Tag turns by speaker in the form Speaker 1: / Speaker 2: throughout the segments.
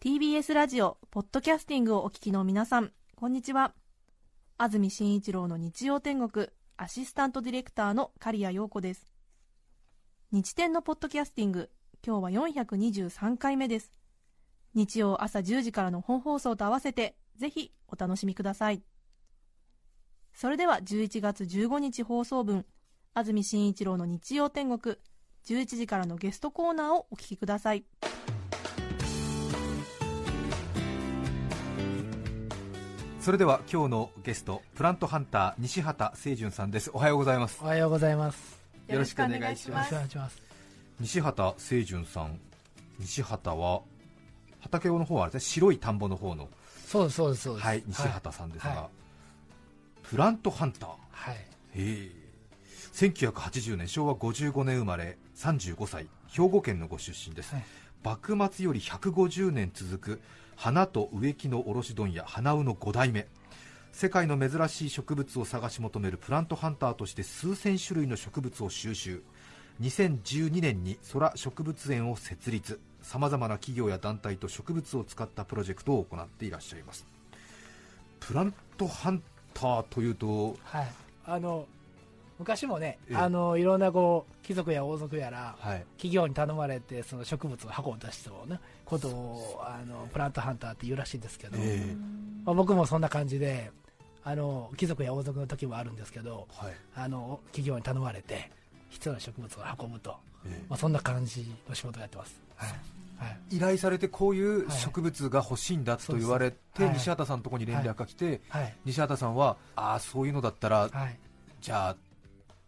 Speaker 1: TBS ラジオポッドキャスティングをお聞きの皆さんこんにちは安住紳一郎の日曜天国アシスタントディレクターの刈谷陽子です日天のポッドキャスティング今日は423回目です日曜朝10時からの本放送と合わせてぜひお楽しみくださいそれでは11月15日放送分安住紳一郎の日曜天国11時からのゲストコーナーをお聞きください
Speaker 2: それでは今日のゲストプラントハンター西畑清純さんですおはようございます
Speaker 3: おはようございます。
Speaker 2: よろしくお願いし
Speaker 3: よろ
Speaker 2: ま
Speaker 3: しくお願いします。
Speaker 2: 西畑清純さん西畑は畑の方はあれですね白い田んぼの方の
Speaker 3: そうですそうですそうです。
Speaker 2: はい西畑さんですが、
Speaker 3: はい
Speaker 2: プラントハンター
Speaker 3: はい。
Speaker 2: へえ1980年昭和55年生まれ35歳兵庫県のご出身です、
Speaker 3: はい
Speaker 2: 幕末より150年続く花と植木の卸問屋花うの5代目世界の珍しい植物を探し求めるプラントハンターとして数千種類の植物を収集2012年に空植物園を設立さまざまな企業や団体と植物を使ったプロジェクトを行っていらっしゃいますプラントハンターというと
Speaker 3: はい。あの昔もね
Speaker 2: え、え
Speaker 3: あのいろんなこう貴族や王族やら
Speaker 2: はい
Speaker 3: 企業に頼まれてその植物を運んだ人をねことをあのプラントハンターって言うらしいんですけど、
Speaker 2: え
Speaker 3: まあ僕もそんな感じで。あの貴族や王族の時もあるんですけど
Speaker 2: はい
Speaker 3: あの企業に頼まれて必要な植物を運ぶと、
Speaker 2: え
Speaker 3: まあ、そんな感じの仕事をやってます、はいはい、
Speaker 2: 依頼されてこういう
Speaker 3: はい
Speaker 2: 植物が欲しいんだと言われて、
Speaker 3: そうですはい
Speaker 2: 西畑さんのところに連絡が来て、
Speaker 3: はい
Speaker 2: 西畑さんはああそういうのだったら、
Speaker 3: はい、
Speaker 2: じゃあ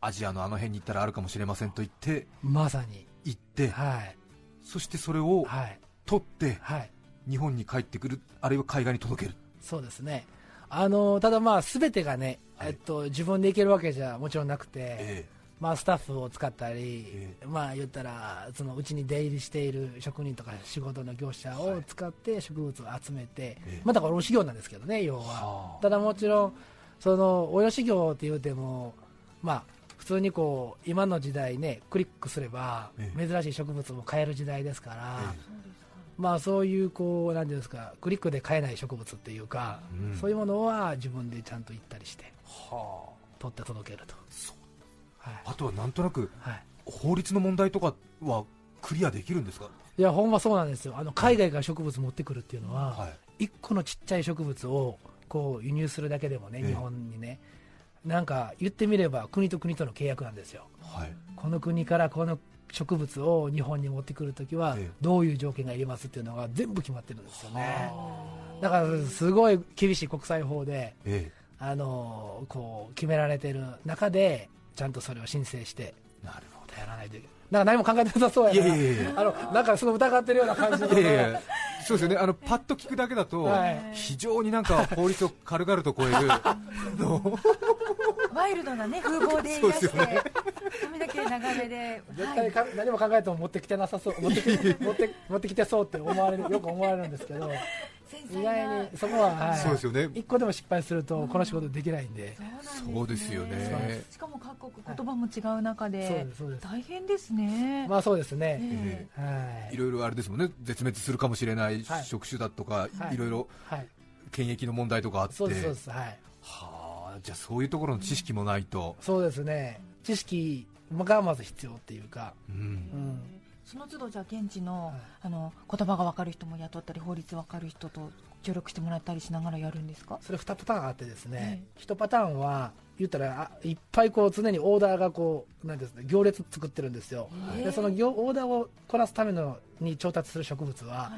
Speaker 2: アジアのあの辺に行ったらあるかもしれませんと言って
Speaker 3: まさに
Speaker 2: 行って、
Speaker 3: はい
Speaker 2: そしてそれを
Speaker 3: はい
Speaker 2: 取って
Speaker 3: はい
Speaker 2: 日本に帰ってくるあるいは海外に届ける
Speaker 3: そうですねあのただまあ全てがね、
Speaker 2: はい
Speaker 3: えっと、自分で行けるわけじゃもちろんなくて、
Speaker 2: え
Speaker 3: まあ、スタッフを使ったり、
Speaker 2: え
Speaker 3: まあ言ったらそのうちに出入りしている職人とか仕事の業者を使って植物を集めて、
Speaker 2: え
Speaker 3: まあだから卸業なんですけどね要は、
Speaker 2: はあ
Speaker 3: ただもちろんその卸業って言うてもまあ普通にこう今の時代ねクリックすれば
Speaker 2: ええ
Speaker 3: 珍しい植物も買える時代ですから、
Speaker 2: え
Speaker 3: まあそういうこうなんていうんですかクリックで買えない植物っていうか、
Speaker 2: うん
Speaker 3: そういうものは自分でちゃんと行ったりして
Speaker 2: は
Speaker 3: 取って届けると
Speaker 2: そう
Speaker 3: はい、
Speaker 2: ああとはなんとなく
Speaker 3: はい、
Speaker 2: 法律の問題とかはクリアできるんですか
Speaker 3: いやほんまそうなんですよあの海外から植物持ってくるっていうのは、
Speaker 2: は
Speaker 3: 一個のちっちゃい植物をこう輸入するだけでもね
Speaker 2: ええ
Speaker 3: 日本にね、なんか言ってみれば国と国との契約なんですよ
Speaker 2: いはい
Speaker 3: この国からこの植物を日本に持ってくるときは
Speaker 2: ええ
Speaker 3: どういう条件がいりますっていうのが全部決まってるんですよね
Speaker 2: はあ
Speaker 3: だからすごい厳しい国際法で
Speaker 2: え
Speaker 3: あのこう決められてる中でちゃんとそれを申請して
Speaker 2: えなるほ
Speaker 3: やらないといけないなんか何も考えてなさそう
Speaker 2: どい
Speaker 3: や
Speaker 2: やい
Speaker 3: な
Speaker 2: やいやいや
Speaker 3: あのなんかすごい疑ってるような感じの
Speaker 2: いやいやいやそうですよね、あのパッと聞くだけだと、
Speaker 3: はい
Speaker 2: 非常になんか法律を軽々と超え る、の
Speaker 4: ワイルドなね風貌でいらして、髪だけ長めで、
Speaker 3: 絶
Speaker 4: は
Speaker 3: 対
Speaker 4: い、
Speaker 3: か、何も考えても持ってきてなさそう持ってきて持って持ってきてそうって思われるよく思われるんですけど
Speaker 4: 繊
Speaker 3: 意
Speaker 4: 細
Speaker 3: 外
Speaker 4: な
Speaker 3: にそこは、はい、
Speaker 2: そうですよね、
Speaker 3: 一個でも失敗するとこの仕事できないんで、
Speaker 2: そうですよね。
Speaker 4: しかも各国言葉も違う中
Speaker 3: そう
Speaker 4: で
Speaker 3: ですそうです
Speaker 4: 大変ですね。
Speaker 3: まあそうですね、
Speaker 4: ええ
Speaker 3: はい
Speaker 2: いろいろあれですもんね、絶滅するかもしれない
Speaker 3: はい
Speaker 2: 職種だとか、
Speaker 3: はい
Speaker 2: いろいろ
Speaker 3: はい
Speaker 2: 権益の問題とかあって、
Speaker 3: そうですそうですはい
Speaker 2: はあ、じゃあそういうところの知識もないと、
Speaker 3: そうですね知識がまず必要っていうか、
Speaker 2: うん
Speaker 3: うん
Speaker 4: その都度じゃあ現地の、
Speaker 3: はい
Speaker 4: あの言葉がわかる人も雇ったり法律わかる人と協力してもらったりしながらやるんですか。
Speaker 3: それ2パターンあってですね、
Speaker 4: え
Speaker 3: 一1パターンは言ったらあいっぱいこう常にオーダーがこうなんていうんですか行列作ってるんですよ、
Speaker 4: ええ
Speaker 3: でその行オーダーをこなすためのに調達する植物は、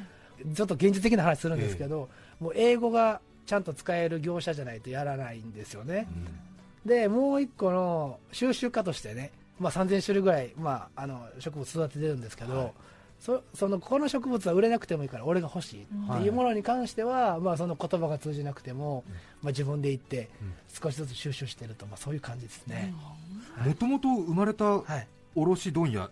Speaker 3: ちょっと現実的な話するんですけど、もう英語がちゃんと使える業者じゃないとやらないんですよね
Speaker 2: う、ん
Speaker 3: でもう一個の収集家としてね、まあ、3000種類ぐらい、まあ、あの植物育ててるんですけど、
Speaker 2: はい
Speaker 3: そそのこの植物は売れなくてもいいから俺が欲しいっていうものに関しては、まあ、その言葉が通じなくても、まあ、自分で行って
Speaker 2: うん
Speaker 3: 少しずつ収集してると、まあ、そういう感じですね、
Speaker 2: もともと生まれた
Speaker 3: はい、
Speaker 2: 卸問屋、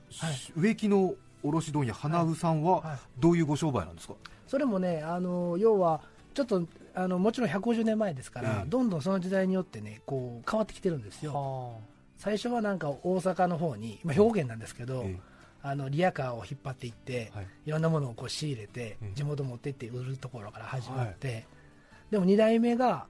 Speaker 2: 植木の卸問屋、花うさん
Speaker 3: は
Speaker 2: はいどういうご商売なんですか、
Speaker 3: それもねあの要はちょっとあのもちろん150年前ですから、
Speaker 2: うん
Speaker 3: どんどんその時代によってねこう変わってきてるんですよ最初はなんか大阪の方に、まあ、兵庫県なんですけど、
Speaker 2: え
Speaker 3: あのリヤカーを引っ張っていって、
Speaker 2: はい
Speaker 3: い、ろんなものをこう仕入れて
Speaker 2: ええ
Speaker 3: 地元持ってって売るところから始まって、でも2代目が、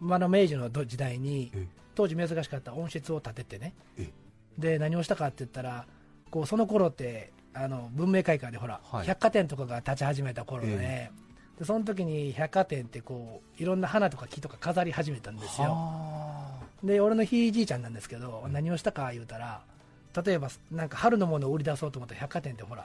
Speaker 3: まあ、あの明治の時代に
Speaker 2: え
Speaker 3: 当時珍しかった温室を建ててね
Speaker 2: え
Speaker 3: で何をしたかって言ったらこうその頃ってあの文明開化でほら、
Speaker 2: はい
Speaker 3: 百貨店とかが立ち始めた頃で,、
Speaker 2: え
Speaker 3: でその時に百貨店ってこういろんな花とか木とか飾り始めたんですよ
Speaker 2: は
Speaker 3: で俺のひいじいちゃんなんですけど
Speaker 2: うん
Speaker 3: 何をしたか言うたら例えばなんか春のものを売り出そうと思ったら百貨店ってほら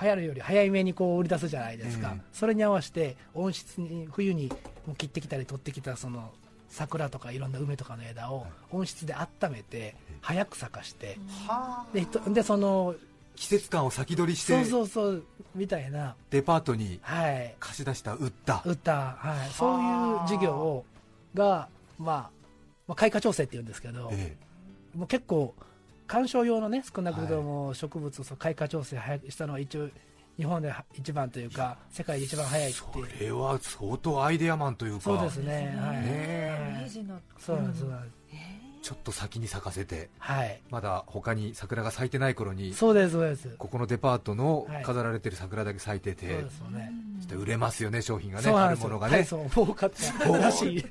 Speaker 3: 流行るより早いめにこう売り出すじゃないですか、
Speaker 2: ええ
Speaker 3: それに合わせて温室に冬にもう切ってきたり取ってきたその桜とかいろんな梅とかの枝を
Speaker 2: はい
Speaker 3: 温室で温めて早く咲かして
Speaker 2: あ
Speaker 3: でひとでその
Speaker 2: 季節感を先取りして
Speaker 3: そうそうそうみたいな
Speaker 2: デパートに
Speaker 3: はい
Speaker 2: 貸し出した売った
Speaker 3: 歌、はい、そういう事業をが、まあ、まあ開花調整って言うんですけど、
Speaker 2: え
Speaker 3: もう結構観賞用のね少なくとも植物をそう開花調整早くしたのは一応日本で一番というか世界で一番早い
Speaker 2: え
Speaker 3: って
Speaker 2: それは相当アイデアマンというか
Speaker 3: そうですねはい
Speaker 2: ねえ
Speaker 4: 明治の
Speaker 3: そうなんですそう
Speaker 4: うん
Speaker 3: なんです
Speaker 2: ちょっと先に咲かせて
Speaker 3: はい
Speaker 2: まだ他に桜が咲いてない頃に
Speaker 3: そうですそうですそう
Speaker 2: ここのデパートの
Speaker 3: はい
Speaker 2: 飾られてる桜だけ咲いてて、
Speaker 3: ですよね
Speaker 2: そして売れますよね商品がね
Speaker 3: そうなん
Speaker 2: あ
Speaker 3: で
Speaker 2: る
Speaker 3: す
Speaker 2: も
Speaker 3: よ
Speaker 2: のが
Speaker 3: 大
Speaker 2: ね
Speaker 3: 層儲かったらしい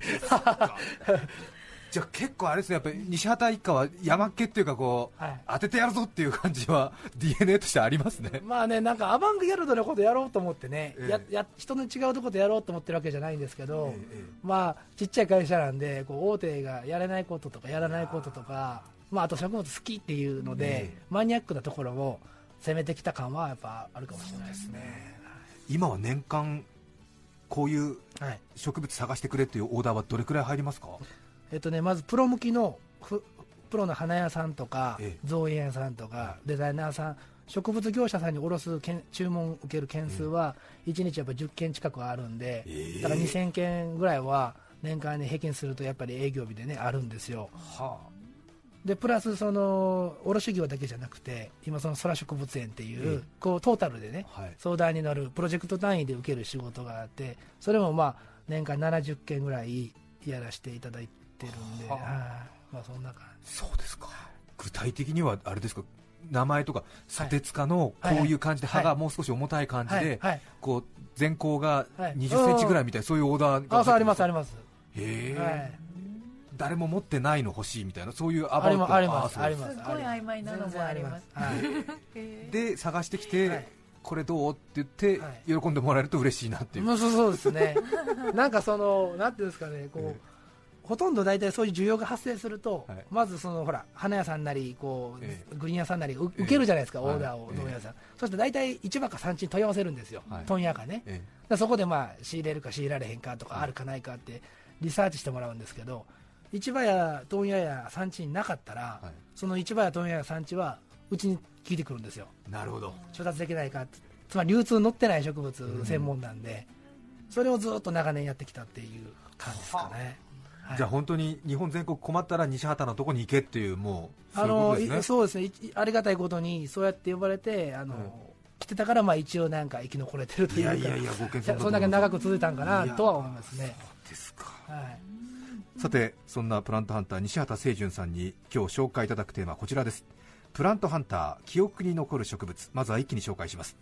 Speaker 2: じゃあ結構あれですねやっぱり西畑一家は山っ気っていうかこう、
Speaker 3: はい
Speaker 2: 当ててやるぞっていう感じ は DNA としてありますね
Speaker 3: まあねなんかアバンギャルドのことやろうと思ってね、
Speaker 2: ええ
Speaker 3: やや人の違うとことやろうと思ってるわけじゃないんですけど、
Speaker 2: ええ
Speaker 3: まあちっちゃい会社なんでこう大手がやれないこととかやらないこととかまああと植物好きっていうので
Speaker 2: ええ
Speaker 3: マニアックなところを攻めてきた感はやっぱあるかもしれないですね
Speaker 2: 今は年間こういう
Speaker 3: はい
Speaker 2: 植物探してくれっていうオーダーはどれくらい入りますか
Speaker 3: えっとねまずプロ向きのふプロの花屋さんとか
Speaker 2: ええ
Speaker 3: 造園屋さんとかデザイナーさん植物業者さんに卸すけん注文を受ける件数は1日やっぱ10件近くはあるんで
Speaker 2: ええ
Speaker 3: だから2000件ぐらいは年間に平均するとやっぱり営業日でねあるんですよ
Speaker 2: は
Speaker 3: でプラスその卸業だけじゃなくて今その空植物園っていう、
Speaker 2: うん
Speaker 3: こうトータルでね
Speaker 2: あはい
Speaker 3: 相談に乗るプロジェクト単位で受ける仕事があってそれもまあ年間70件ぐらいやらせていただいてるんで、
Speaker 2: はあ
Speaker 3: はいまあそんな感
Speaker 2: そうですか具体的にはあれですか名前とか砂鉄化のこういう感じで
Speaker 3: はい
Speaker 2: 葉がもう少し重たい感
Speaker 3: じ
Speaker 2: じ
Speaker 3: はい
Speaker 2: で
Speaker 3: はい
Speaker 2: こう全高が
Speaker 3: はい
Speaker 2: 20センチぐらいみたいなそういうオーダーが
Speaker 3: あそうありますあり
Speaker 2: ま
Speaker 3: ます、
Speaker 2: すへ
Speaker 3: は
Speaker 2: え
Speaker 3: い、
Speaker 2: 誰も持ってないの欲しいみたいなそういうア
Speaker 3: あ
Speaker 2: バウ
Speaker 3: り
Speaker 2: ト
Speaker 3: ますあります
Speaker 2: あ
Speaker 3: あ
Speaker 2: そう
Speaker 3: り
Speaker 2: で
Speaker 3: ます
Speaker 4: すごい曖昧なのもあります
Speaker 3: 全然あります
Speaker 2: すで探してきて、
Speaker 3: はい
Speaker 2: これどうって言って、
Speaker 3: はい
Speaker 2: 喜んでもらえると嬉しいなって
Speaker 3: はい
Speaker 2: いう、
Speaker 3: もうそうそうで すねなんかそのなんていうんですかねこう、
Speaker 2: ええ
Speaker 3: ほとんど大体そういう需要が発生すると、
Speaker 2: はい
Speaker 3: まずそのほら花屋さんなりこう、
Speaker 2: え
Speaker 3: グリーン屋さんなりう
Speaker 2: ええ
Speaker 3: 受けるじゃないですか、
Speaker 2: はい
Speaker 3: オーダーを
Speaker 2: ええ
Speaker 3: 問屋さん、そして大体市場か産地に問い合わせるんですよ、
Speaker 2: はい
Speaker 3: 問屋かね、
Speaker 2: え
Speaker 3: でそこでまあ仕入れるか仕入れられへんかとか、
Speaker 2: はい
Speaker 3: あるかないかってリサーチしてもらうんですけど市場や問屋や産地になかったら、
Speaker 2: はい
Speaker 3: その市場や問屋や産地はうちに聞いてくるんですよ
Speaker 2: えなるほど
Speaker 3: 調達できないかってつまり流通に乗ってない植物専門なんで、それをずっと長年やってきたっていう感じですかね、はい
Speaker 2: じゃあ本当に日本全国困ったら西畑のとこに行けっていうもうそう
Speaker 3: あ
Speaker 2: いうこと
Speaker 3: の
Speaker 2: ですね
Speaker 3: いそうですねいありがたいことにそうやって呼ばれてあの、
Speaker 2: うん
Speaker 3: 来てたからまあ一応なんか生き残れてると
Speaker 2: い
Speaker 3: いうか
Speaker 2: やいやいやご謙遜だと思います
Speaker 3: そんだけ長く続いたんかなとは思いますね、
Speaker 2: そうですか
Speaker 3: はい、
Speaker 2: さてそんなプラントハンター西畑清純さんに今日紹介いただくテーマはこちらですプラントハンター記憶に残る植物まずは一気に紹介します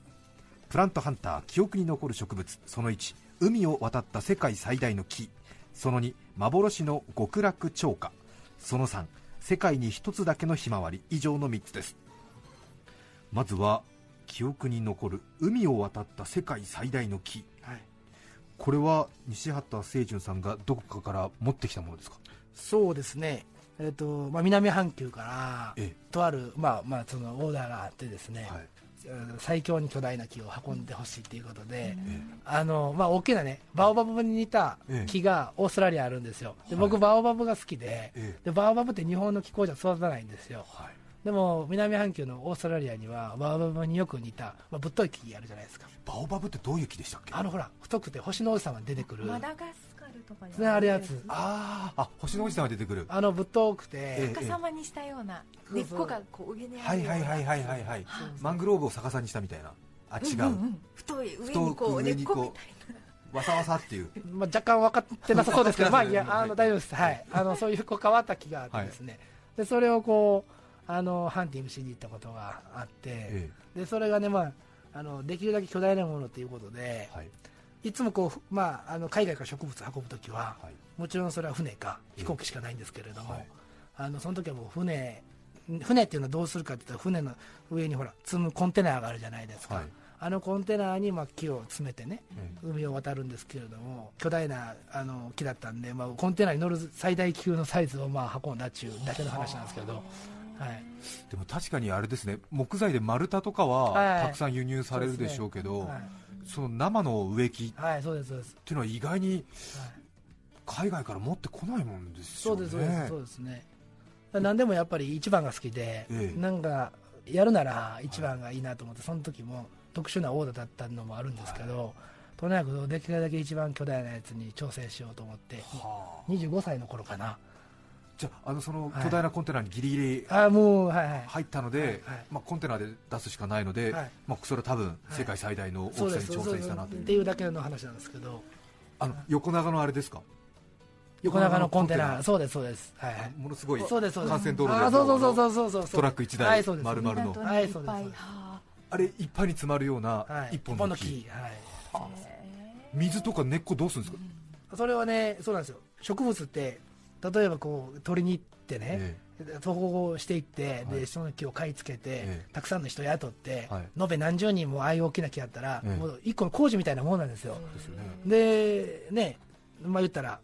Speaker 2: プラントハンター記憶に残る植物その1海を渡った世界最大の木その2幻の極楽鳥花その3世界に一つだけのひまわり以上の3つですまずは記憶に残る海を渡った世界最大の木
Speaker 3: はい、
Speaker 2: これは西畑清純さんがどこかから持ってきたものですか
Speaker 3: そうですねえっ、と、まあ、南半球から
Speaker 2: え
Speaker 3: とあるまあまあそのオーダーがあってですね、
Speaker 2: はい
Speaker 3: うん最強に巨大な木を運んでほしいということで、
Speaker 2: え
Speaker 3: あのまあ、大きなね、バオバブに似た木がオーストラリアあるんですよ、で僕、
Speaker 2: はい
Speaker 3: バオバブが好きで
Speaker 2: ええ
Speaker 3: で、バオバブって日本の気候じゃ育たないんですよ、
Speaker 2: はい
Speaker 3: でも南半球のオーストラリアには、バオバブによく似た、まあ、ぶっとい木あるじゃないですか、
Speaker 2: バオバブってどういう木でしたっけ
Speaker 3: あのほら、太くて星の王子様に出てくる、
Speaker 4: マダガスカルとか
Speaker 3: ね、あるやつ、
Speaker 2: あーあ星の王子様が出てくる
Speaker 3: あのぶっとくて、
Speaker 2: え
Speaker 4: 逆さまにしたような
Speaker 3: え
Speaker 4: 根っこがこう上にあ
Speaker 2: は
Speaker 4: る
Speaker 2: い
Speaker 4: ような
Speaker 2: はいはいはいはいはいマングローブを逆さにしたみたいなあ違う,、
Speaker 4: うんうんうん太い上にこう根っこみたい
Speaker 2: わさわさっていう
Speaker 3: まあ、若干分かってなさそうですけど、まあいいや、
Speaker 2: はい
Speaker 3: あの大丈夫です、はい、あのそういうこう変わった木があってですね、でそれをこうあのハンティングしに行ったことがあって、
Speaker 2: え
Speaker 3: でそれがね、まあ、あのできるだけ巨大なものということで
Speaker 2: え、はい
Speaker 3: いつもこう、まあ、あの海外から植物運ぶときは、
Speaker 2: はい
Speaker 3: もちろんそれは船か
Speaker 2: ええ
Speaker 3: 飛行機しかないんですけれども、
Speaker 2: はい
Speaker 3: あのその時はもう船、船っていうのはどうするかって言ったら、船の上にほら積むコンテナがあるじゃないですか、
Speaker 2: はい
Speaker 3: あのコンテナにまあ木を詰めてね、
Speaker 2: え
Speaker 3: 海を渡るんですけれども、巨大なあの木だったんで、まあ、コンテナに乗る最大級のサイズをまあ運んだっちゅうだけの話なんですけど、はい、
Speaker 2: えでも確かにあれですね木材で丸太とか
Speaker 3: は
Speaker 2: はいたくさん輸入されるでしょうけど、
Speaker 3: は
Speaker 2: その生の植木っ
Speaker 3: い、はい、そうです、そうです。
Speaker 2: ていうのは意外に
Speaker 3: はい
Speaker 2: 海外から持ってこないもんです
Speaker 3: そ
Speaker 2: よ
Speaker 3: う
Speaker 2: ね
Speaker 3: ですそうですそうですね何でもやっぱり一番が好きで、
Speaker 2: ええ
Speaker 3: なんかやるなら一番がいいなと思って、その時も特殊なオーダーだったのもあるんですけど、とにかくできるだけ一番巨大なやつに挑戦しようと思って
Speaker 2: はあ
Speaker 3: 25歳の頃かな
Speaker 2: じゃああのその
Speaker 3: はい
Speaker 2: 巨大なコンテナにギリギリ
Speaker 3: あもうはいはい、
Speaker 2: 入ったので、
Speaker 3: はいはい
Speaker 2: まあ、コンテナで出すしかないので、
Speaker 3: はい
Speaker 2: まあ、それは多分世界最大の大きさ
Speaker 3: そう
Speaker 2: に
Speaker 3: ですそう
Speaker 2: 挑
Speaker 3: で
Speaker 2: 戦し
Speaker 3: す
Speaker 2: たなという,、
Speaker 3: っていうだけの話なんですけど
Speaker 2: あの横長のあれですか
Speaker 3: 横長のコンテナ
Speaker 2: 横
Speaker 3: そうですそうですはいはい
Speaker 2: ものすごい
Speaker 3: そうですそうです
Speaker 2: 幹線道路で
Speaker 3: あそうそうそうそうそうそう
Speaker 2: トラック一台
Speaker 3: はいそうです
Speaker 2: 丸々の
Speaker 4: 港に
Speaker 3: はい
Speaker 4: いっ
Speaker 3: そうです
Speaker 4: ぱい
Speaker 3: そうです
Speaker 4: は
Speaker 2: あれいっぱいに詰まるような
Speaker 3: はい、
Speaker 2: 一本の木,、
Speaker 3: はい
Speaker 4: あへ
Speaker 2: 水とか根っこどうするんですか、
Speaker 3: それはねそうなんですよ植物って例えばこう取りに行ってね、
Speaker 2: え
Speaker 3: 統合していって、
Speaker 2: はい
Speaker 3: でその木を買い付けて、
Speaker 2: ええ
Speaker 3: たくさんの人雇って、
Speaker 2: はい
Speaker 3: 延べ何十人もああいう大きな木やったら、
Speaker 2: ええ
Speaker 3: もう一個の工事みたいなもんなんですよ
Speaker 2: え、ですよね
Speaker 3: でねまあ言ったら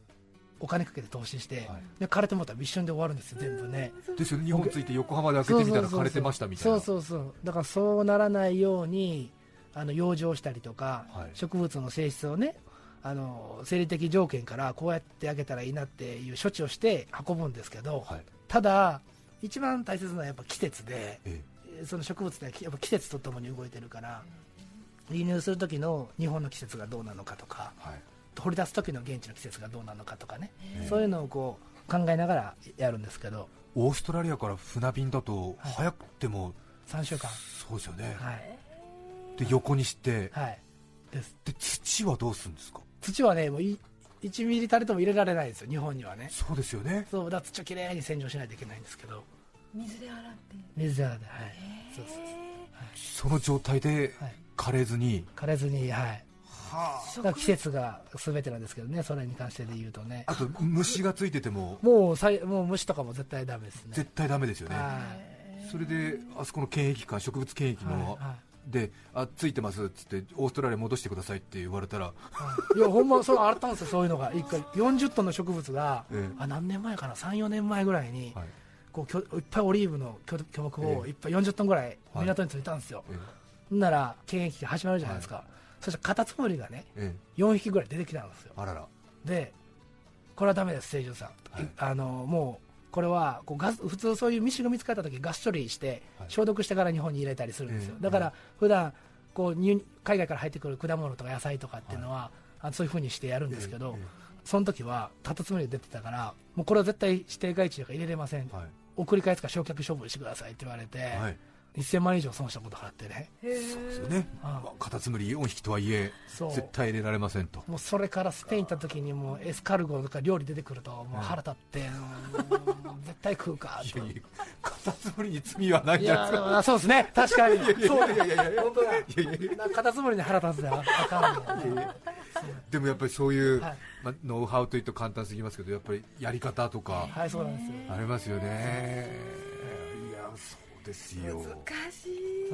Speaker 3: お金かけて投資して、
Speaker 2: はい
Speaker 3: で枯れてもったら一瞬で終わるんですよ全部ね
Speaker 2: ですよね日本ついて横浜で開けてみたら枯れてましたみたいな
Speaker 3: そうそうそうだからそうならないようにあの養生したりとか、
Speaker 2: はい
Speaker 3: 植物の性質をねあの生理的条件からこうやってあげたらいいなっていう処置をして運ぶんですけど、
Speaker 2: はい
Speaker 3: ただ一番大切なのはやっぱ季節で
Speaker 2: え
Speaker 3: その植物ってやっぱ季節とともに動いてるから輸入する時の日本の季節がどうなのかとか
Speaker 2: えはい
Speaker 3: 掘り出す時の現地の季節がどうなのかとかね
Speaker 2: ええ
Speaker 3: そういうのをこう考えながらやるんですけど
Speaker 2: オーストラリアから船便だと
Speaker 3: はい
Speaker 2: 早くても
Speaker 3: 3週間
Speaker 2: そうですよね、
Speaker 3: はい、
Speaker 2: で横にして、
Speaker 3: はい、です
Speaker 2: で土はどうするんですか
Speaker 3: 土はねもうい1ミリたりとも入れられないですよ日本にはね
Speaker 2: そうですよね
Speaker 3: そうだから土をきれいに洗浄しないといけないんですけど
Speaker 4: ー水で洗って
Speaker 3: 水で洗ってはいそうそ
Speaker 2: そ
Speaker 3: う
Speaker 2: の状態で
Speaker 3: はい
Speaker 2: 枯れずに、
Speaker 3: 枯れずにはい
Speaker 4: 植物
Speaker 3: だから季節が全てなんですけどねそれに関してで言うとね
Speaker 2: あと虫がついてても
Speaker 3: もうさいもう虫とかも絶対ダメですね
Speaker 2: 絶対ダメですよね
Speaker 3: はい
Speaker 2: それであそこの検疫官植物検疫の、
Speaker 3: はいは
Speaker 2: であついてますっつってオーストラリア戻してくださいって言われたら
Speaker 3: はいいやほんまそれあったんですよそういうのが一回40トンの植物が、
Speaker 2: ええ
Speaker 3: あ何年前かな34年前ぐらいに、
Speaker 2: はい
Speaker 3: こうきょいっぱいオリーブの巨巨木を
Speaker 2: ええ
Speaker 3: いっぱい40トンぐらい
Speaker 2: はい
Speaker 3: 港に着いたんですよ、
Speaker 2: え
Speaker 3: ほんなら検疫が始まるじゃないですか、そしたらカタツムリがね
Speaker 2: ええ
Speaker 3: 4匹ぐらい出てきたんですよ
Speaker 2: えあらら
Speaker 3: でこれはダメです清純さん、
Speaker 2: はい
Speaker 3: あのもうこれはこうガス普通そういうミシが見つかった時ガス処理して
Speaker 2: はい
Speaker 3: 消毒してから日本に入れたりするんですよ、
Speaker 2: ええ
Speaker 3: だから普段こう入海外から入ってくる果物とか野菜とかっていうのは、あそういうふうにしてやるんですけど、
Speaker 2: ええ
Speaker 3: その時はタタツムリが出てたからもうこれは絶対指定外地だから入れれません、
Speaker 2: は
Speaker 3: 送り返すか焼却処分してくださいって言われて、
Speaker 2: い、はい
Speaker 3: 1000万円以上損したことがあってね
Speaker 2: そうですよね、
Speaker 3: あ
Speaker 2: まあ、カタツムリ4匹とはいえ
Speaker 3: そう
Speaker 2: 絶対入れられませんと
Speaker 3: もうそれからスペイン行った時にもうエスカルゴとか料理出てくるともう腹立って、もう絶対食うかって
Speaker 2: いやいやカタツムリに罪はない
Speaker 3: い
Speaker 2: じゃ
Speaker 3: や
Speaker 2: ないですか
Speaker 3: あそうですね確かにそう
Speaker 2: いやいやいやいや
Speaker 3: 本当だなカタツムリに腹立つでああかんのよ
Speaker 2: でもやっぱりそういう、
Speaker 3: はい
Speaker 2: まあ、ノウハウというと簡単すぎますけどやっぱりやり方とか
Speaker 3: はいそうなんですよ
Speaker 2: ありますよねいやそうですよ
Speaker 3: は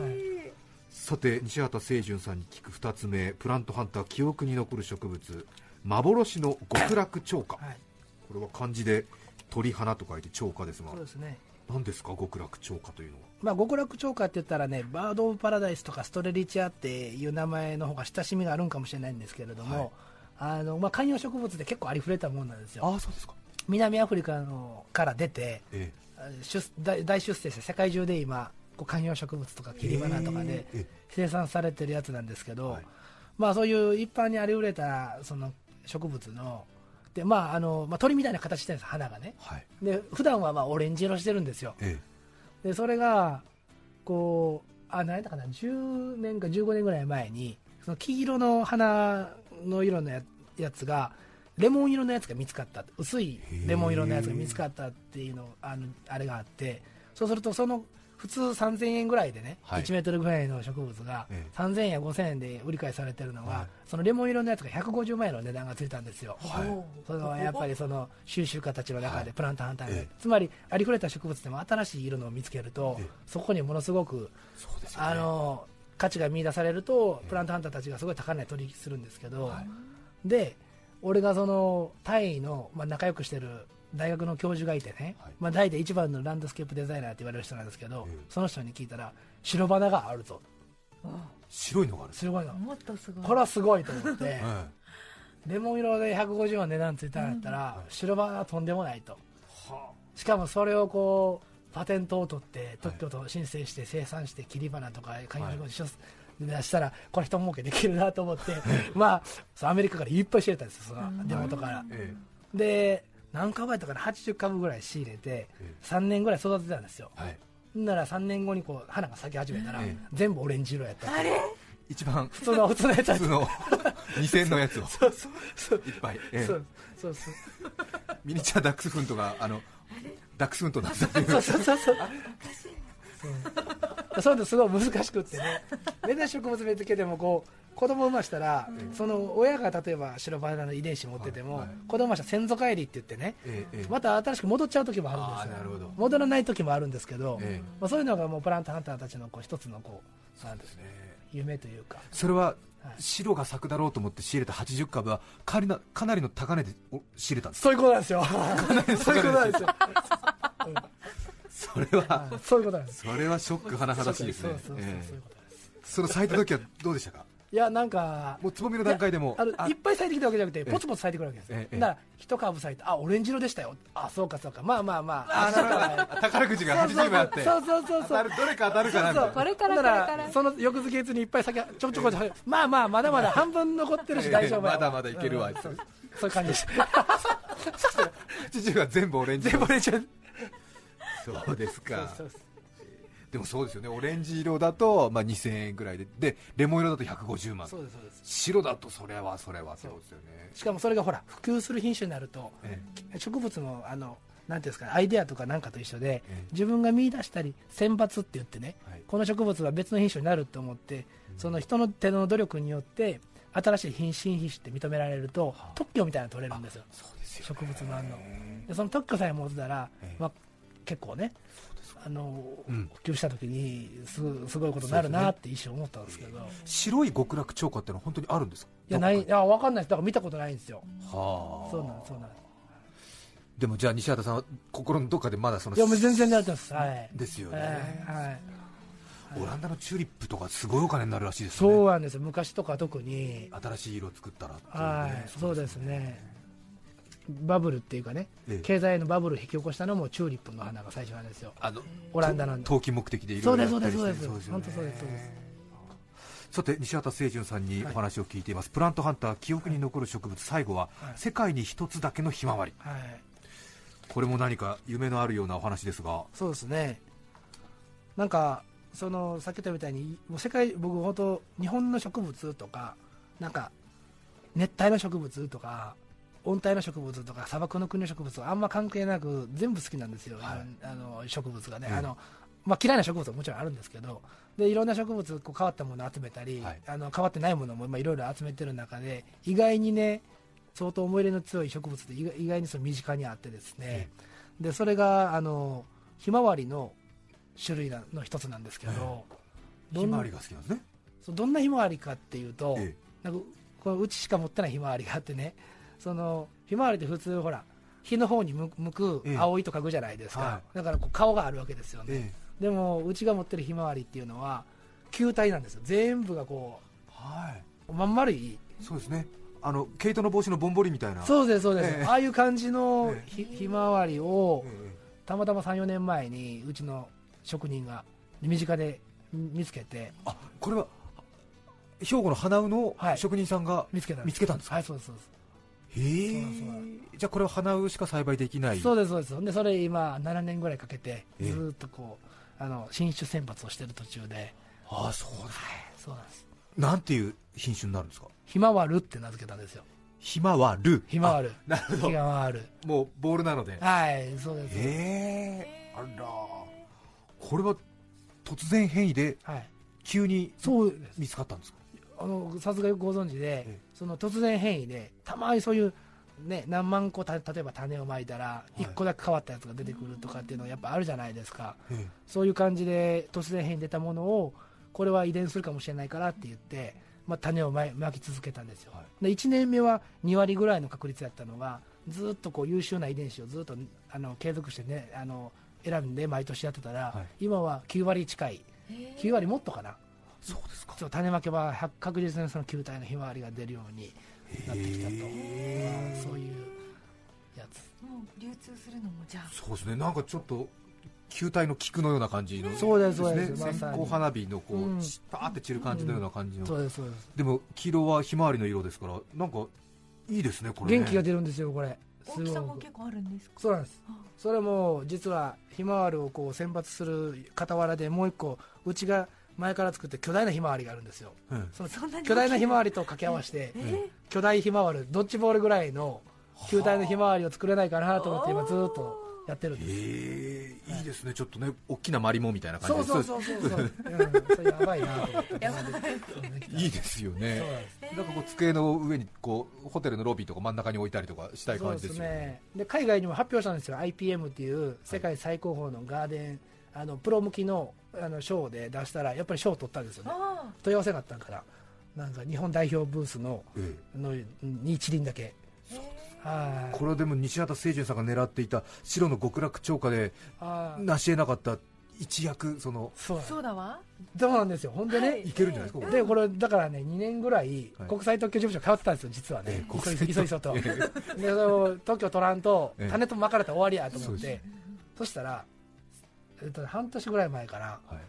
Speaker 3: い
Speaker 2: さて西畑清純さんに聞く2つ目プラントハンター記憶に残る植物幻の極楽鳥花
Speaker 3: はい
Speaker 2: これは漢字で鳥花と書いて鳥花ですが
Speaker 3: そうですね
Speaker 2: 何ですか極楽鳥花というのは
Speaker 3: まあ極楽鳥花って言ったらねバード・オブ・パラダイスとかストレリチアっていう名前の方が親しみがあるんかもしれないんですけれども、あのまあ、観葉植物で結構ありふれたもんなんですよ
Speaker 2: ああそうですか
Speaker 3: 南アフリカのから出て
Speaker 2: え
Speaker 3: 出大大出世して世界中で今こう観葉植物とか切り花とかで
Speaker 2: えーえ
Speaker 3: 生産されてるやつなんですけど、
Speaker 2: はい
Speaker 3: まあそういう一般にありふれたその植物のでまああの、まあ、鳥みたいな形してるんです花がね
Speaker 2: はい
Speaker 3: で普段はまあオレンジ色してるんですよ
Speaker 2: え
Speaker 3: でそれがこうあ何やったかな10年か15年ぐらい前にその黄色の花の色のややつがレモン色のやつが見つかったって薄いレモン色のやつが見つかったっていうのあのあれがあってそうするとその普通3000円ぐらいでね、
Speaker 2: はい
Speaker 3: 1メートルぐらいの植物が
Speaker 2: ええ
Speaker 3: 3000円や5000円で売り買いされてるのが、
Speaker 2: はい
Speaker 3: そのレモン色のやつが150万円の値段がついたんですよ。
Speaker 2: はい
Speaker 1: おー
Speaker 3: それはやっぱりその収集家たちの中
Speaker 2: はい
Speaker 3: でプランター反対、
Speaker 2: ええ
Speaker 3: つまりありふれた植物でも新しい色のを見つけると、
Speaker 2: ええ
Speaker 3: そこにものすごく
Speaker 2: そうですよね
Speaker 3: あの価値が見出されると
Speaker 2: ええ
Speaker 3: プラントハンターたちがすごい高値取引するんですけど、
Speaker 2: はい
Speaker 3: で俺がそのタイの、まあ、仲良くしてる大学の教授がいてね、
Speaker 2: はい
Speaker 3: まあ、タイで一番のランドスケープデザイナーって言われる人なんですけど、
Speaker 2: ええ
Speaker 3: その人に聞いたら白花があると
Speaker 2: 白いのがあるんです
Speaker 3: 白花
Speaker 4: もっとすごい
Speaker 3: これはすごいと思って
Speaker 2: ね、は
Speaker 3: レモン色で150万値段ついたんやったら、白花はとんでもないとしかもそれをこうパテントを取って特許と申請して生産して切り花とか観葉植物しょ出したらこれ人儲けできるなと思って まあそうアメリカからいっぱい仕入れたんですよその出元から
Speaker 2: いえ
Speaker 3: で何株やったかな80株ぐらい仕入れて
Speaker 2: え
Speaker 3: 3年ぐらい育てたんですよ
Speaker 2: えはい
Speaker 3: ほんなら3年後にこう花が咲き始めたら
Speaker 2: ええ
Speaker 3: 全部オレンジ色やったっていう
Speaker 2: 一番
Speaker 3: 普通の普通のやつだっ
Speaker 2: 普通の2000のや つを
Speaker 3: たそうそうそう
Speaker 2: いっぱい、ええ
Speaker 3: そうそうそう
Speaker 2: ミニチュアダックスフントがあのダックスフントなんだっていう
Speaker 3: そうそうそうそう。そうそういうのすごい難しくってね、目指し植物見つけてもこう子供産ましたら、その親が例えば白バナの遺伝子持ってても、
Speaker 2: はいはい
Speaker 3: 子供産ましたら先祖返りって言ってね、
Speaker 2: ええええ
Speaker 3: また新しく戻っちゃう時もあるん
Speaker 2: あー
Speaker 3: です
Speaker 2: なるほど
Speaker 3: よ、戻らない時もあるんですけど、
Speaker 2: ええ
Speaker 3: まあ、そういうのがもうプラントハンターたちのこう一つのこうなんていう
Speaker 2: ね
Speaker 3: の夢というか、
Speaker 2: それは
Speaker 3: はい
Speaker 2: 白が咲くだろうと思って仕入れた80株はかなかなりの高値でお仕入れたんです
Speaker 3: そういうことなんですよ、そういうことなんですよ、
Speaker 2: それは
Speaker 3: うんそういうことなんです。
Speaker 2: それはショック甚だしいですね
Speaker 3: そうそうそうそう
Speaker 2: え
Speaker 3: そう
Speaker 2: え
Speaker 3: いうことなんです
Speaker 2: その咲いた時はどうでしたか
Speaker 3: いやなんか
Speaker 2: もうつぼみの段階でも
Speaker 3: あの
Speaker 2: あ
Speaker 3: いっぱい咲いてきたわけじゃなくて、ポツポツ咲いてくるわけですよ
Speaker 2: え。え
Speaker 3: だから、一株咲いて、あ、オレンジ色でしたよ。あ、そうかそうか。まあまあまあ。
Speaker 2: あなるほど宝くじが80枚あって
Speaker 3: そうそうそう
Speaker 2: 当
Speaker 3: そ
Speaker 2: た
Speaker 3: う。
Speaker 2: るどれか当たるかなみたい
Speaker 3: そう
Speaker 2: な
Speaker 4: これから
Speaker 3: ほんな
Speaker 4: これから
Speaker 3: その翌月にいっぱい咲きちょこちょこちょこまあまあまだまだ半分残ってるし大丈夫やわ
Speaker 2: まだまだいけるわ
Speaker 3: うん
Speaker 2: あいつ
Speaker 3: そうそういう感じです
Speaker 2: 80が全部オレンジ
Speaker 3: 全部オレンジ色
Speaker 2: そうですか
Speaker 3: そうそう
Speaker 2: でもそうですよねオレンジ色だと、まあ、2000円ぐらいででレモン色だと150万
Speaker 3: そうですそうです
Speaker 2: 白だとそれはそれはそうですよね
Speaker 3: しかもそれがほら普及する品種になると
Speaker 2: え
Speaker 3: 植物のあのなんていうんですかアイデアとかなんかと一緒
Speaker 2: え
Speaker 3: で
Speaker 2: え
Speaker 3: 自分が見出したり選抜って言ってね
Speaker 2: えはい
Speaker 3: この植物は別の品種になると思って、その人の手の努力によって新しい品新品種って認められると
Speaker 2: はあ
Speaker 3: 特許みたいなの取れるんですよ
Speaker 2: そうですよ
Speaker 3: 植物のあんの
Speaker 2: え
Speaker 3: でその特許さえ持ってたら、
Speaker 2: ええ
Speaker 3: まあ、結構ねあの、
Speaker 2: うん
Speaker 3: 普及した時にすごいすごいことになるなって一瞬思ったんですけど
Speaker 2: 白い極楽鳥花ってのは本当にあるんですか
Speaker 3: いやないい
Speaker 2: どっか
Speaker 3: や分かんないですだから見たことないんですよ
Speaker 2: にはあ
Speaker 3: そうなんそうなん
Speaker 2: でもじゃあ西畑さんは心のどっかでまだその
Speaker 3: いやもう全然なってますはい
Speaker 2: ですよね、
Speaker 3: ええはい
Speaker 2: オランダのチューリップとかすごいお金になるらしいですよ
Speaker 3: そ
Speaker 2: ね
Speaker 3: うなんですよ昔とか特に
Speaker 2: 新しい色作ったらっていうね
Speaker 3: はい、そうですね。バブルっていうかね、
Speaker 2: ええ
Speaker 3: 経済のバブルを引き起こしたのもチューリップの花が最初なんですよ。
Speaker 2: あの
Speaker 3: オランダなんで。
Speaker 2: 投機目的でい
Speaker 3: そ
Speaker 2: ろ
Speaker 3: う
Speaker 2: いろ
Speaker 3: で
Speaker 2: や
Speaker 3: す、そ
Speaker 2: っ
Speaker 3: う
Speaker 2: た
Speaker 3: で
Speaker 2: り
Speaker 3: す、
Speaker 2: し
Speaker 3: そう
Speaker 2: てる
Speaker 3: です。
Speaker 2: そうですよね
Speaker 3: 本当そうです、そうです。
Speaker 2: さて西畑清純さんにお話を聞いています、プラントハンター記憶に残る植物最後は、
Speaker 3: はい
Speaker 2: 世界に一つだけのひまわり
Speaker 3: はい、
Speaker 2: これも何か夢のあるようなお話ですが
Speaker 3: そうですね。なんか、その、さっき言ったみたいに、もう世界、僕本当、日本の植物とか、なんか、熱帯の植物とか、温帯の植物とか砂漠の国の植物はあんま関係なく全部好きなんですよ、
Speaker 2: はい
Speaker 3: あの植物がね、
Speaker 2: うん
Speaker 3: あのまあ、嫌いな植物ももちろんあるんですけどでいろんな植物こう変わったものを集めたり、
Speaker 2: はい
Speaker 3: あの変わってないものもまあいろいろ集めてる中で意外にね相当思い入れの強い植物って意外意外にその身近にあってですね、でそれがあのひまわりの種類なの一つなんですけど、どん
Speaker 2: ひまわりが好きなんですね、
Speaker 3: そうどんなひまわりかっていうと、
Speaker 2: え
Speaker 3: なんかこのうちしか持ってないひまわりがあってねそのひまわりって普通ほら日の方に向向く
Speaker 2: ええ
Speaker 3: 青いと書くじゃないですか、
Speaker 2: は
Speaker 3: だからこう顔があるわけですよ
Speaker 2: え
Speaker 3: ね、でもうちが持ってるひまわりっていうのは球体なんですよ全部がこ
Speaker 2: は
Speaker 3: うまん丸い
Speaker 2: いそうですねあの毛糸の帽子のぼんぼりみたいなう、
Speaker 3: そうですそうです、
Speaker 2: ええ
Speaker 3: ああいう感じのひ,、まわりを
Speaker 2: ええ
Speaker 3: たまたま34年前にうちの職人が身近で見つけて
Speaker 2: あこれは兵庫の花うの
Speaker 3: はい
Speaker 2: 職人さんが
Speaker 3: 見つけたんで
Speaker 2: 見
Speaker 3: す
Speaker 2: つけたんですか、
Speaker 3: はいそうですそうです
Speaker 2: へ
Speaker 3: そう
Speaker 2: え
Speaker 3: なんですそうな
Speaker 2: じゃあこれは花うしか栽培できない
Speaker 3: そうですそうですでそれ今7年ぐらいかけて
Speaker 2: ええ
Speaker 3: ずーっとこう、あの新種選抜をしてる途中で
Speaker 2: ああそうですか
Speaker 3: そうなんです
Speaker 2: なんていう品種になるんですか
Speaker 3: ひまわるって名付けたんですよ
Speaker 2: ひまわる
Speaker 3: ひまわる
Speaker 2: あなるほ
Speaker 3: 気
Speaker 2: ど
Speaker 3: が回る
Speaker 2: もうボールなので
Speaker 3: はいそうです、
Speaker 2: ええあらこれは突然変異で
Speaker 3: はい、
Speaker 2: 急に
Speaker 3: そうです
Speaker 2: 見つかったんですか
Speaker 3: あのさすがよくご存知で、
Speaker 2: ええ
Speaker 3: その突然変異で、たまにそういう、ね、何万個た、例えば種をまいたら、
Speaker 2: い
Speaker 3: 1個だけ変わったやつが出てくるとかっていうのはやっぱあるじゃないですか、
Speaker 2: ええ
Speaker 3: そういう感じで突然変異出たものを、これは遺伝するかもしれないからって言って、まあ、種をまいまき続けたんですよ、
Speaker 2: は
Speaker 3: で、1年目は2割ぐらいの確率やったのが、ずっとこう優秀な遺伝子をずっとあの継続してね、あの選んで毎年やってたら、
Speaker 2: は
Speaker 3: 今は9割近い、9割もっとかな。
Speaker 2: そうですか
Speaker 3: そう種まけば100確実にその球体のひまわりが出るようになってきたと、まあそういうやつ
Speaker 4: もう流通するのもじゃあ
Speaker 2: そうですねなんかちょっと球体の菊のような感じの
Speaker 3: そうですそう
Speaker 2: ね
Speaker 3: ですまさ
Speaker 2: 線
Speaker 3: に
Speaker 2: 香花火のこ
Speaker 3: う
Speaker 2: うんシュッパーって散る感じのような感じの
Speaker 3: そうですそうです
Speaker 2: でも黄色はひまわりの色ですからなんかいいですねこれね
Speaker 3: 元気が出るんですよこれす
Speaker 4: 大きさも
Speaker 3: ごく
Speaker 4: 結構あるんですか
Speaker 3: そうなんです
Speaker 4: あ
Speaker 3: それも実はひまわりをこう選抜する傍らでもう一個うちが前から作って巨大なひまわりがあるんですよ
Speaker 2: え
Speaker 3: その
Speaker 4: そんなに
Speaker 3: 巨大なひまわりと掛け合わせて巨大ひまわりドッジボールぐらいの球体のひまわりを作れないかなと思って今ずーっとやってるん
Speaker 2: え
Speaker 3: です
Speaker 2: へえいいですねちょっとね大きなマリモみたいな感じ
Speaker 3: そう
Speaker 2: で
Speaker 3: そうそうそうそう、うん、それやばいなと思って
Speaker 4: やばい
Speaker 2: いいですよ
Speaker 3: そう
Speaker 2: ね
Speaker 3: なんです
Speaker 2: なんかこう机の上にこうホテルのロビーとか真ん中に置いたりとかしたい
Speaker 3: そう
Speaker 2: 感
Speaker 3: で
Speaker 2: じですすよね
Speaker 3: ねで海外にも発表したんですよ IPM っていう世界最高峰のガーデン、あのプロ向きのあの賞で出したらやっぱり賞を取ったんですよね
Speaker 4: あ
Speaker 3: 問い合わせがあったんからなんか日本代表ブースの
Speaker 2: え
Speaker 3: のに一輪だけ
Speaker 2: え
Speaker 3: はい
Speaker 2: これはでも西畑清純さんが狙っていた白の極楽鳥下で
Speaker 3: あー
Speaker 2: 成し得なかった一躍その
Speaker 3: そう
Speaker 4: ーそうだわ
Speaker 3: そうなんですよほんでね、
Speaker 4: はい
Speaker 2: いけるんじゃないですかこれ
Speaker 3: でこれだからね2年ぐらい
Speaker 2: はい
Speaker 3: 国際特許事務所通ってたんですよ実はね
Speaker 2: ええ国
Speaker 3: 急
Speaker 2: 際
Speaker 3: いそいそいそとでその特許取らんと
Speaker 2: ええ
Speaker 3: 種とまかれたら終わりやと思っ
Speaker 2: そうで
Speaker 3: てそしたらえっと半年ぐらい前から
Speaker 2: はい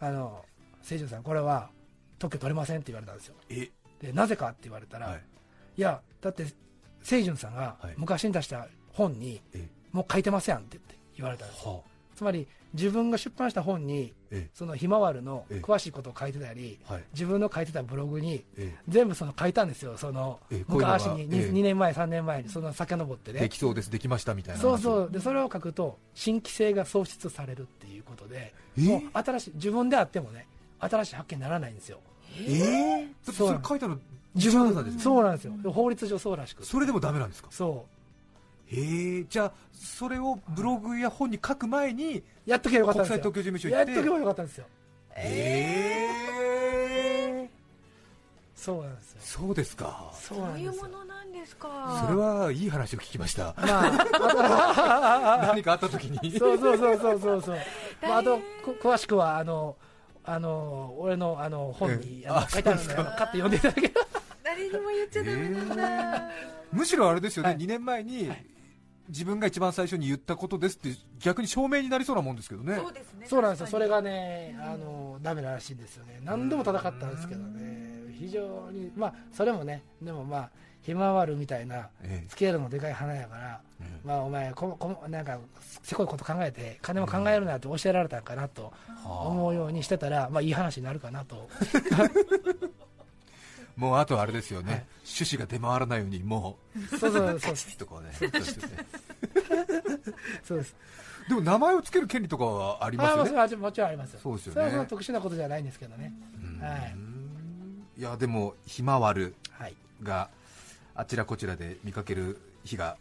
Speaker 3: あの清純さんこれは特許取れませんって言われたんですよ
Speaker 2: え
Speaker 3: でなぜかって言われたら、
Speaker 2: はいい、
Speaker 3: やだって清純さんが
Speaker 2: はい
Speaker 3: 昔に出した本に
Speaker 2: え
Speaker 3: もう書いてますやんって言って言われたんですよ
Speaker 2: は
Speaker 3: つまり自分が出版した本に
Speaker 2: あえ
Speaker 3: そのひまわるの
Speaker 2: ええ
Speaker 3: 詳しいことを書いてたり
Speaker 2: はい
Speaker 3: 自分の書いてたブログに
Speaker 2: え
Speaker 3: 全部その書いたんですよ、その
Speaker 2: ええこういうのが
Speaker 3: 昔に 2,、
Speaker 2: ええ
Speaker 3: 二年前、3年前に、その遡って
Speaker 2: で
Speaker 3: ね、
Speaker 2: きそうですできましたみたいな
Speaker 3: そう
Speaker 2: う
Speaker 3: そう、でそれを書くと、新規性が創出されるっていうことで、
Speaker 2: え
Speaker 3: もう新しい、自分であってもね、新しい発見にならないんですよ、
Speaker 2: ええだってそれ書いたの
Speaker 3: 自
Speaker 2: 西畑さんで
Speaker 3: 分、
Speaker 2: すよ
Speaker 3: そうなんですよ、法律上そうらしく、
Speaker 2: それでもダメなんですか
Speaker 3: そう、
Speaker 2: ええじゃあそれをブログや本に書く前に
Speaker 3: やっとけばよかった
Speaker 2: 国
Speaker 3: んです
Speaker 2: 際
Speaker 3: よ
Speaker 2: 特、許事務所
Speaker 3: や
Speaker 2: 行
Speaker 3: っ
Speaker 2: っ
Speaker 3: と
Speaker 2: て
Speaker 3: けばよかったんですよ、
Speaker 2: ええ
Speaker 3: そうなんですよ、
Speaker 2: そうですか
Speaker 4: そ
Speaker 3: そ
Speaker 4: う
Speaker 3: なん
Speaker 4: うい
Speaker 3: で
Speaker 4: う
Speaker 3: すよ
Speaker 4: も。のなんです
Speaker 2: それ
Speaker 4: か
Speaker 2: はいい話を聞きました
Speaker 3: まあ、
Speaker 2: 何かあった時に
Speaker 3: そうそうそうそうそう そう。まあ、
Speaker 4: 大
Speaker 3: あ
Speaker 4: 変
Speaker 3: とこ詳しくはあのあの俺のあの本に
Speaker 2: え
Speaker 3: あの
Speaker 2: あ
Speaker 3: 書いてあるんで、
Speaker 2: そうです
Speaker 3: 買って読んでいただければ。
Speaker 4: 誰にも言っちゃダメなんだ
Speaker 2: むしろあれですよね、
Speaker 3: はい
Speaker 2: 2年前に、自分が一番最初に言ったことですって逆に証明になりそうなもんですけどね
Speaker 4: そうですね
Speaker 3: そうなん ですよ。それが
Speaker 4: ね
Speaker 3: ねあのダメならしいんですよね。何度も戦ったんですけどね、非常にまあそれもねでもまあひまわるみたいな
Speaker 2: え
Speaker 3: スケールのでかい花やから。
Speaker 2: ええ
Speaker 3: まあお前ここなんかせこいこと考えて金も考えるなって教えられたんかなと
Speaker 2: え
Speaker 3: 思うようにしてたらまあいい話になるかな と
Speaker 2: もうあとあれですよね、
Speaker 3: はい
Speaker 2: 趣旨が出回らないようにも
Speaker 3: そうそう
Speaker 2: う
Speaker 3: そう
Speaker 2: カチッとこうねそうですね
Speaker 3: そうです
Speaker 2: でも名前をつける権利とかはあります
Speaker 3: あ
Speaker 2: よ
Speaker 3: まあ
Speaker 2: ね
Speaker 3: それはもちろんありますよ
Speaker 2: そうですよね
Speaker 3: それはそんな特殊なことじゃないんですけどね、はい
Speaker 2: うんいやでもひまわる
Speaker 3: はい、
Speaker 2: があちらこちらで見かける日が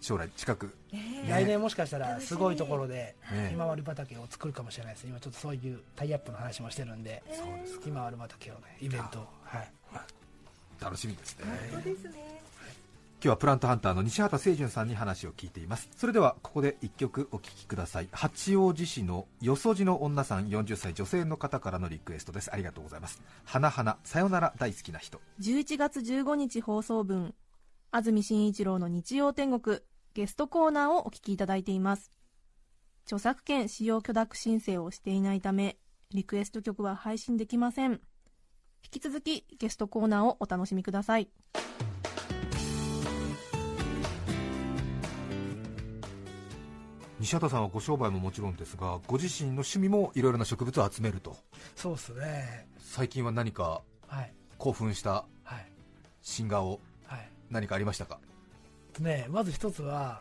Speaker 2: 将来近く、
Speaker 4: え
Speaker 3: 来年もしかしたらすごいところで
Speaker 2: ね
Speaker 3: ひまわり畑を作るかもしれないです今ちょっとそういうタイアップの話もしてるんで
Speaker 2: そうです
Speaker 3: ひまわり畑をねイベントをはい
Speaker 2: 楽しみですね
Speaker 4: そうですね
Speaker 2: 今日はプラントハンターの西畑清純さんに話を聞いていますそれではここで一曲お聴きください八王子市のよそじの女さん40歳女性の方からのリクエストですありがとうございます花花さよなら大好きな人
Speaker 1: 11月15日放送分安住紳一郎の日曜天国ゲストコーナーをお聞きいただいています著作権使用許諾申請をしていないためリクエスト曲は配信できません引き続きゲストコーナーをお楽しみください
Speaker 2: 西畑さんはご商売ももちろんですがご自身の趣味もいろいろな植物を集めると
Speaker 3: そうですね
Speaker 2: 最近は何か
Speaker 3: はい
Speaker 2: 興奮した
Speaker 3: はい
Speaker 2: 新画を
Speaker 3: はい
Speaker 2: 何かありましたか
Speaker 3: ねまず一つは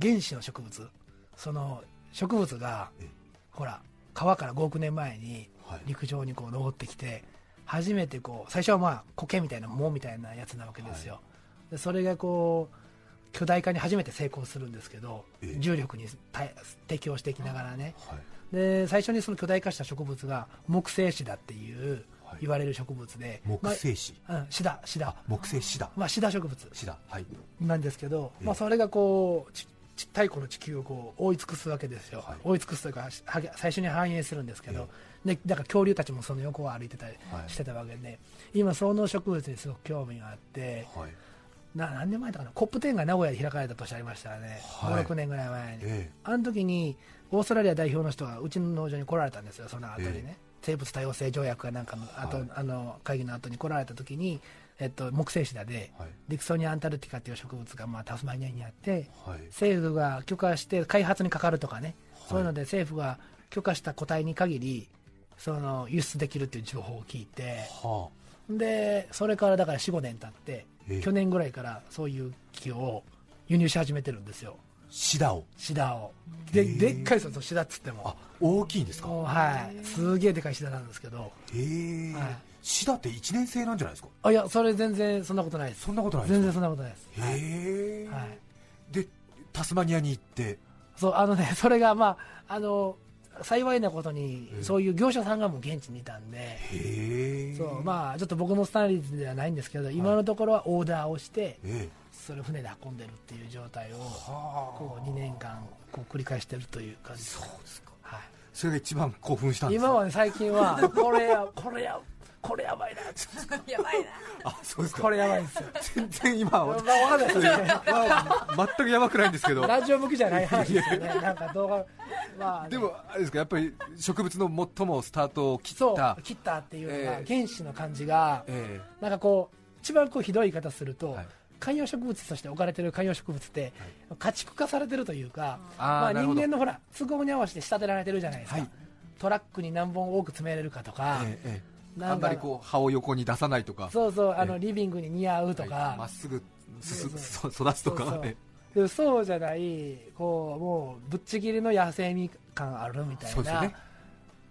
Speaker 3: 原始の植物その植物が
Speaker 2: ええ
Speaker 3: ほら川から5億年前に
Speaker 2: はい
Speaker 3: 陸上にこう登ってきて初めてこう最初はまあ苔みたいな藻みたいなやつなわけですよ、でそれがこう巨大化に初めて成功するんですけど
Speaker 2: ええ
Speaker 3: 重力に対適応していきながらね
Speaker 2: はい
Speaker 3: で最初にその巨大化した植物が木星シダっていう
Speaker 2: はい
Speaker 3: 言われる植物で、
Speaker 2: 木星子
Speaker 3: まあうん、シダシダ
Speaker 2: 木星シダ
Speaker 3: まあシダ植物
Speaker 2: シダはい
Speaker 3: なんですけど、
Speaker 2: ええ
Speaker 3: まあ、それがこうちち太古の地球をこう覆い尽くすわけですよ、
Speaker 2: はい
Speaker 3: 覆い尽くすというかしはげ最初に繁栄するんですけど
Speaker 2: え、
Speaker 3: でだから恐竜たちもその横を歩いてたり
Speaker 2: はい
Speaker 3: してたわけで、今その植物にすごく興味があって
Speaker 2: はい
Speaker 3: な何年前だかなコップ10が名古屋で開かれた年ありましたよね、
Speaker 2: はい
Speaker 3: 56年ぐらい前に、
Speaker 2: え
Speaker 3: あの時にオーストラリア代表の人がうちの農場に来られたんですよ、その後にね、
Speaker 2: え
Speaker 3: 生物多様性条約かなんかの後、
Speaker 2: はい
Speaker 3: あの会議の後に来られた時に、えっと、木星シダで
Speaker 2: え、はい
Speaker 3: ディクソニア・アンタルティカっていう植物がまあタスマニアにあって、
Speaker 2: はい
Speaker 3: 政府が許可して開発にかかるとかね、
Speaker 2: い
Speaker 3: そういうので政府が許可した個体に限り、その輸出できるっていう情報を聞いて、
Speaker 2: はあ
Speaker 3: でそれからだから4、5年経って、
Speaker 2: ええ
Speaker 3: 去年ぐらいからそういう木を輸入し始めてるんですよ、
Speaker 2: シダを
Speaker 3: シダを。
Speaker 2: へ
Speaker 3: で
Speaker 2: え
Speaker 3: でっかいそのシダっつっても
Speaker 2: あ、大きいんですか
Speaker 3: もうはい、すげえでかいシダなんですけど、
Speaker 2: へえ
Speaker 3: はい
Speaker 2: シダって一年生なんじゃないですか
Speaker 3: あいや、それ全然そんなことないです、
Speaker 2: そんなことないです
Speaker 3: 全
Speaker 2: か
Speaker 3: 然そんなことないです。はい
Speaker 2: へえ、
Speaker 3: はい
Speaker 2: でタスマニアに行って
Speaker 3: そうあのね、 それが、まあ、あの幸いなことに
Speaker 2: え、え
Speaker 3: そういう業者さんがもう現地にいたんで、
Speaker 2: へえ
Speaker 3: そうまあ、ちょっと僕のスタンリーではないんですけど、今のところはオーダーをして、
Speaker 2: え
Speaker 3: それを船で運んでるっていう状態を
Speaker 2: え、は
Speaker 3: こう2年間こう繰り返してるという感じです、
Speaker 2: そうですか
Speaker 3: は
Speaker 2: それが一番興奮したん
Speaker 3: い、
Speaker 2: です
Speaker 3: 今はね、最近は、これや、これや、これやばいな、
Speaker 4: やばいな。
Speaker 2: あそうですか
Speaker 3: これやばいんですよ。
Speaker 2: 全然今
Speaker 3: まあ、わ
Speaker 2: は
Speaker 3: かんないですよ ね。
Speaker 2: 全くやばくないんですけど
Speaker 3: ラジオ向きじゃない話で すよね。なんか動画、まあね、
Speaker 2: でもあれですかやっぱり植物の最もスタートを切
Speaker 3: そ
Speaker 2: った
Speaker 3: う、切ったっていうのが
Speaker 2: え、え
Speaker 3: 原始の感じが、
Speaker 2: え
Speaker 3: なんかこう一番こうひどい言い方すると、
Speaker 2: はい
Speaker 3: 観葉植物として置かれてる観葉植物って、家畜化されてるというか、
Speaker 2: あー
Speaker 3: ま
Speaker 2: な
Speaker 3: あ、
Speaker 2: るほど
Speaker 3: 人間のほら都合に合わせて仕立てられてるじゃないですか、
Speaker 2: はい
Speaker 3: トラックに何本多く詰めれるかと
Speaker 2: え
Speaker 3: か、
Speaker 2: えええ
Speaker 3: なんか
Speaker 2: あんまりこう葉を横に出さないとか
Speaker 3: そうそうあの、
Speaker 2: ええ
Speaker 3: リビングに似合うとか、
Speaker 2: はいまっすぐ進む
Speaker 3: そ
Speaker 2: そ育つと
Speaker 3: そ
Speaker 2: か
Speaker 3: うそう
Speaker 2: ね
Speaker 3: でもそうじゃないこうもうぶっちぎりの野生味感あるみた
Speaker 2: そう
Speaker 3: い
Speaker 2: ですよ
Speaker 3: な
Speaker 2: ね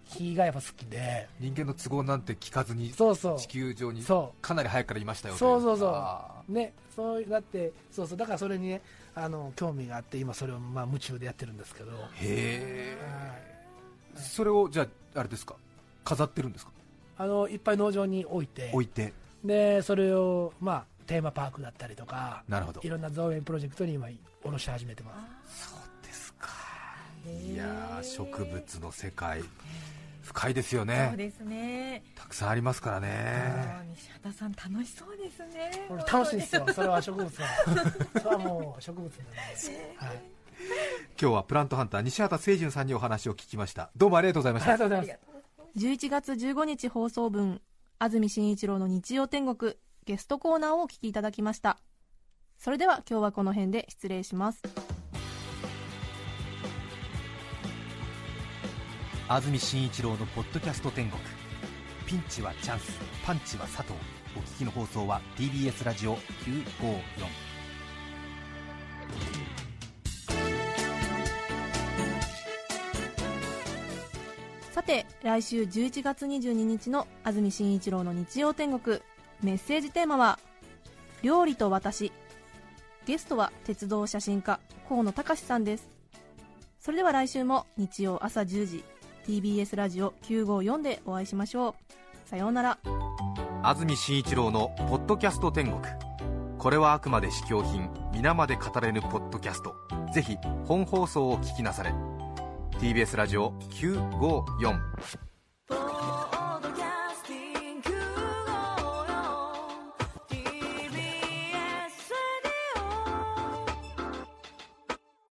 Speaker 3: 気がやっぱ好きで
Speaker 2: 人間の都合なんて聞かずに
Speaker 3: そうそう
Speaker 2: 地球上に
Speaker 3: そう
Speaker 2: かなり早くからいましたよとい
Speaker 3: そうそうそ
Speaker 2: あ
Speaker 3: うねそうだってそうそうだからそれにねあの興味があって今それをまあ夢中でやってるんですけど
Speaker 2: ーへえそれをじゃああれですか飾ってるんですか
Speaker 3: あのいっぱい農場に置いて
Speaker 2: 置いて
Speaker 3: でそれをまあテーマパークだったりとか
Speaker 2: なるほど
Speaker 3: いろんな造園プロジェクトに今下ろし始めてます
Speaker 2: そうですかいやー植物の世界深いですよ
Speaker 4: そう
Speaker 2: ね
Speaker 4: ですね。
Speaker 2: たくさんありますからね
Speaker 4: 西畑さん楽しそうですね。
Speaker 3: これ楽しいですよそ れは植物 はそれはもう植物なんです、はい、
Speaker 2: 今日はプラントハンター西畑清純さんにお話を聞きましたどうもありがとうございま
Speaker 3: あ
Speaker 2: し
Speaker 3: りが
Speaker 2: た
Speaker 3: とうございます
Speaker 1: 11月15日放送分安住紳一郎の日曜天国ゲストコーナーをお聞きいただきましたそれでは今日はこの辺で失礼します
Speaker 2: 安住紳一郎のポッドキャスト天国ピンチはチャンスパンチは佐藤お聞きの放送は TBS ラジオ954
Speaker 1: さて来週11月22日の安住紳一郎の日曜天国メッセージテーマは「料理と私」ゲストは鉄道写真家河野隆さんですそれでは来週も日曜朝10時 TBS ラジオ954でお会いしましょうさようなら
Speaker 2: 安住紳一郎のポッドキャスト天国これはあくまで試供品皆まで語れぬポッドキャストぜひ本放送を聞きなされ TBS ラジオ954